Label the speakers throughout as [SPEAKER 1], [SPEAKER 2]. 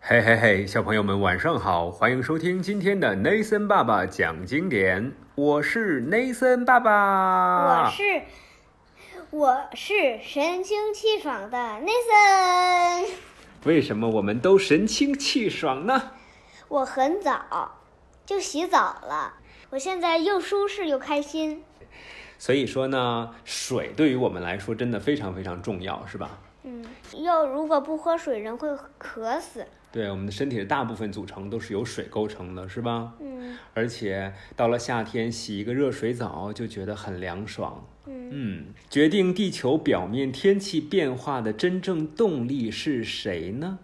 [SPEAKER 1] 嘿嘿嘿，小朋友们晚上好，欢迎收听今天的 Nathan 爸爸讲经典，我是 Nathan 爸爸。
[SPEAKER 2] 我是我是神清气爽的 Nathan，
[SPEAKER 1] 为什么我们都神清气爽呢？
[SPEAKER 2] 我很早就洗澡了，我现在又舒适又开心。
[SPEAKER 1] 所以说呢，水对于我们来说真的非常非常重要，是吧？
[SPEAKER 2] 嗯，要如果不喝水，人会渴死。
[SPEAKER 1] 对，我们的身体的大部分组成都是由水构成的，是吧？
[SPEAKER 2] 嗯
[SPEAKER 1] 而且到了夏天，洗一个热水澡就觉得很凉爽。
[SPEAKER 2] 嗯，
[SPEAKER 1] 嗯，决定地球表面天气变化的真正动力是谁呢？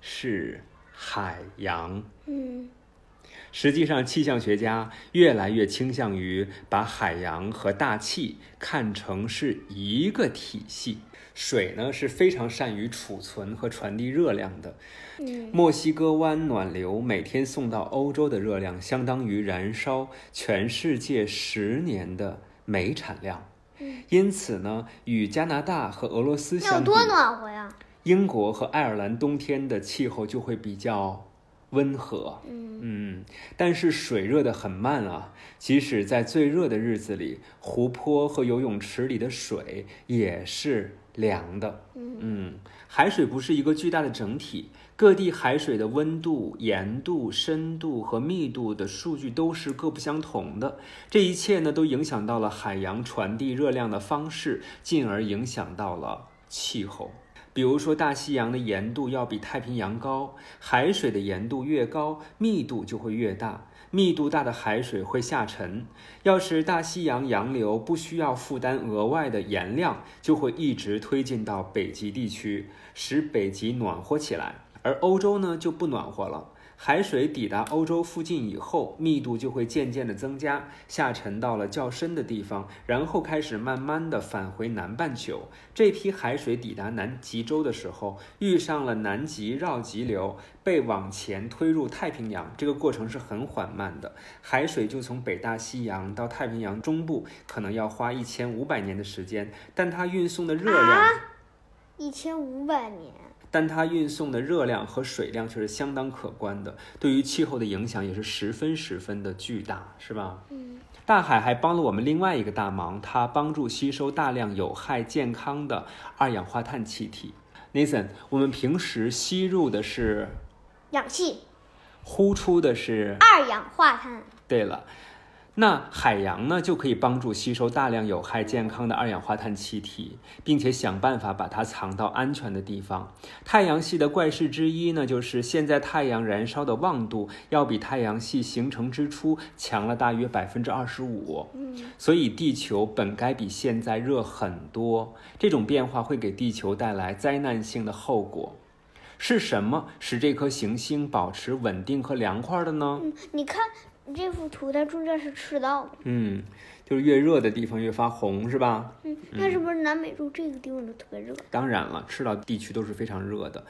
[SPEAKER 1] 是海洋。
[SPEAKER 2] 嗯
[SPEAKER 1] 实际上，气象学家越来越倾向于把海洋和大气看成是一个体系。水呢是非常善于储存和传递热量的。
[SPEAKER 2] 嗯
[SPEAKER 1] 墨西哥湾暖流每天送到欧洲的热量，相当于燃烧全世界十年的煤产量。因此呢，与加拿大和俄罗斯
[SPEAKER 2] 嗯那有
[SPEAKER 1] 相比，
[SPEAKER 2] 多暖和呀？
[SPEAKER 1] 英国和爱尔兰冬天的气候就会比较温和。
[SPEAKER 2] 嗯
[SPEAKER 1] 嗯，但是水热得很慢啊，即使在最热的日子里，湖泊和游泳池里的水也是凉的。
[SPEAKER 2] 嗯
[SPEAKER 1] 嗯，海水不是一个巨大的整体，各地海水的温度、盐度、深度和密度的数据都是各不相同的。这一切呢，都影响到了海洋传递热量的方式，进而影响到了气候。比如说，大西洋的盐度要比太平洋高，海水的盐度越高，密度就会越大。密度大的海水会下沉，要是大西洋洋流不需要负担额外的盐量，就会一直推进到北极地区，使北极暖和起来。而欧洲呢就不暖和了。海水抵达欧洲附近以后，密度就会渐渐的增加，下沉到了较深的地方，然后开始慢慢的返回南半球。这批海水抵达南极洲的时候，遇上了南极绕极流，被往前推入太平洋。这个过程是很缓慢的，海水就从北大西洋到太平洋中部，可能要花一千五百年的时间，但它运送的热量。
[SPEAKER 2] 一千五百年。
[SPEAKER 1] 但它运送的热量和水量却是相当可观的，对于气候的影响也是十分十分的巨大，是吧？
[SPEAKER 2] 嗯
[SPEAKER 1] 大海还帮了我们另外一个大忙，它帮助吸收大量有害健康的二氧化碳气体。Nathan，我们平时吸入的是，
[SPEAKER 2] 氧气、
[SPEAKER 1] 呼出的是。
[SPEAKER 2] 二氧化碳。
[SPEAKER 1] 对了，那海洋呢就可以帮助吸收大量有害健康的二氧化碳气体，并且想办法把它藏到安全的地方。太阳系的怪事之一呢，就是现在太阳燃烧的旺度要比太阳系形成之初强了大约百分之二十五。
[SPEAKER 2] 嗯
[SPEAKER 1] 所以地球本该比现在热很多，这种变化会给地球带来灾难性的后果。是什么使这颗行星保持稳定和凉快的呢？
[SPEAKER 2] 嗯，你看这幅图，它中间是赤道吗？
[SPEAKER 1] 嗯，就是越热的地方越发红，是吧？
[SPEAKER 2] 嗯，那是不是南美洲这个地方就特别热？
[SPEAKER 1] 当然了，赤道地区都是非常热的。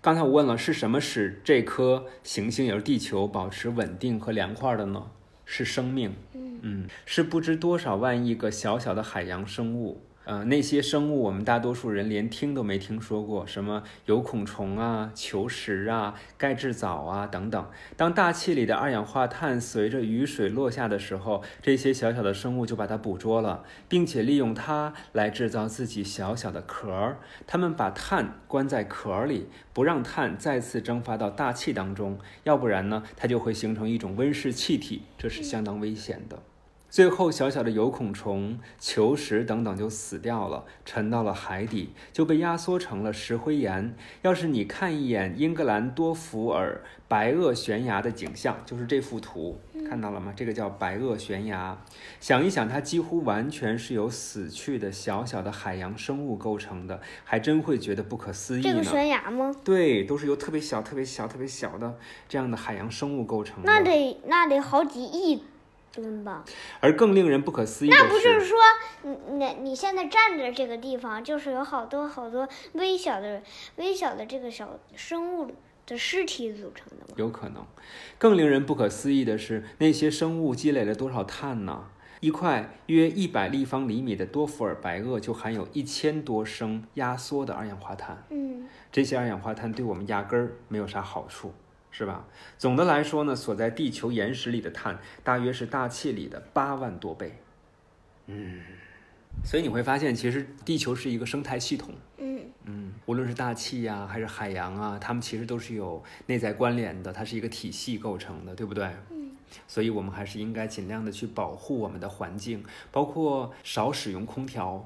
[SPEAKER 1] 刚才我问了，是什么使这颗行星，也就是地球保持稳定和凉快的呢？是生命，
[SPEAKER 2] 嗯
[SPEAKER 1] 是不知多少万亿个小小的海洋生物。呃，那些生物我们大多数人连听都没听说过，什么有孔虫啊、球石啊、钙质藻啊等等。当大气里的二氧化碳随着雨水落下的时候，这些小小的生物就把它捕捉了，并且利用它来制造自己小小的壳儿。它们把碳关在壳儿里，不让碳再次蒸发到大气当中，要不然呢，它就会形成一种温室气体，这是相当危险
[SPEAKER 2] 嗯
[SPEAKER 1] 的。最后，小小的有孔虫、球石等等就死掉了，沉到了海底，就被压缩成了石灰岩。要是你看一眼英格兰多福尔白垩悬崖的景象，就是这幅图，
[SPEAKER 2] 嗯
[SPEAKER 1] 看到了吗？这个叫白垩悬崖。想一想，它几乎完全是由死去的小小的海洋生物构成的，还真会觉得不可思议
[SPEAKER 2] 这个
[SPEAKER 1] 呢。
[SPEAKER 2] 悬崖吗？
[SPEAKER 1] 对，都是由特别小、特别小、特别小的这样的海洋生物构成的。
[SPEAKER 2] 那得那得好几亿吨吧？
[SPEAKER 1] 而更令人不可思议的
[SPEAKER 2] 那不就是说，你你你现在站着这个地方，就是有好多好多微小的微小的这个小生物的尸体组成的吗？
[SPEAKER 1] 有可能。更令人不可思议的是，那些生物积累了多少碳呢？一块约一百立方厘米的多福尔白垩就含有一千多升压缩的二氧化碳。
[SPEAKER 2] 嗯
[SPEAKER 1] 这些二氧化碳对我们压根儿没有啥好处，是吧？总的来说呢，所在地球岩石里的碳大约是大气里的八万多倍。嗯，所以你会发现，其实地球是一个生态系统。
[SPEAKER 2] 嗯
[SPEAKER 1] 嗯，无论是大气呀、还是海洋啊，它们其实都是有内在关联的，它是一个体系构成的，对不对？
[SPEAKER 2] 嗯，
[SPEAKER 1] 所以我们还是应该尽量的去保护我们的环境，包括少使用空调，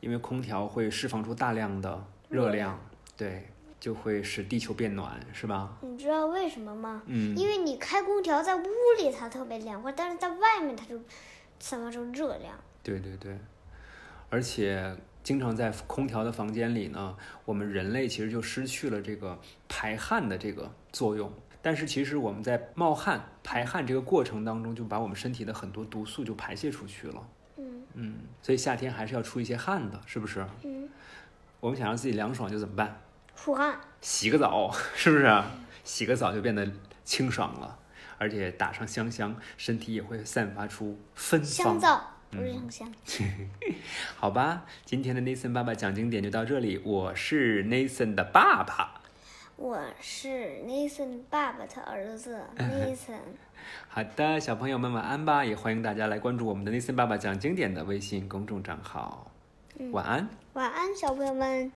[SPEAKER 1] 因为空调会释放出大量的热量，对，就会使地球变暖，是吧？
[SPEAKER 2] 你知道为什么吗？
[SPEAKER 1] 嗯，
[SPEAKER 2] 因为你开空调在屋里它特别凉快，但是在外面它就散发出热量。
[SPEAKER 1] 对对对，而且经常在空调的房间里呢，我们人类其实就失去了这个排汗的这个作用。但是其实我们在冒汗、排汗这个过程当中，就把我们身体的很多毒素就排泄出去了。
[SPEAKER 2] 嗯
[SPEAKER 1] 嗯，所以夏天还是要出一些汗的，是不是？
[SPEAKER 2] 嗯，
[SPEAKER 1] 我们想让自己凉爽就怎么办？
[SPEAKER 2] 出汗。
[SPEAKER 1] 洗个澡，是不是？洗个澡就变得清爽了，而且打上香香，身体也会散发出芬
[SPEAKER 2] 香
[SPEAKER 1] 芳。
[SPEAKER 2] 皂不是香香。
[SPEAKER 1] 好吧，今天的 Nathan 爸爸讲经典就到这里。我是 Nathan 的爸爸。
[SPEAKER 2] 我是 Nathan 爸爸的儿 子 Nathan。
[SPEAKER 1] 好的，小朋友们晚安吧，也欢迎大家来关注我们的 Nathan 爸爸讲经典的微信公众账号。晚安。
[SPEAKER 2] 晚安，小朋友们。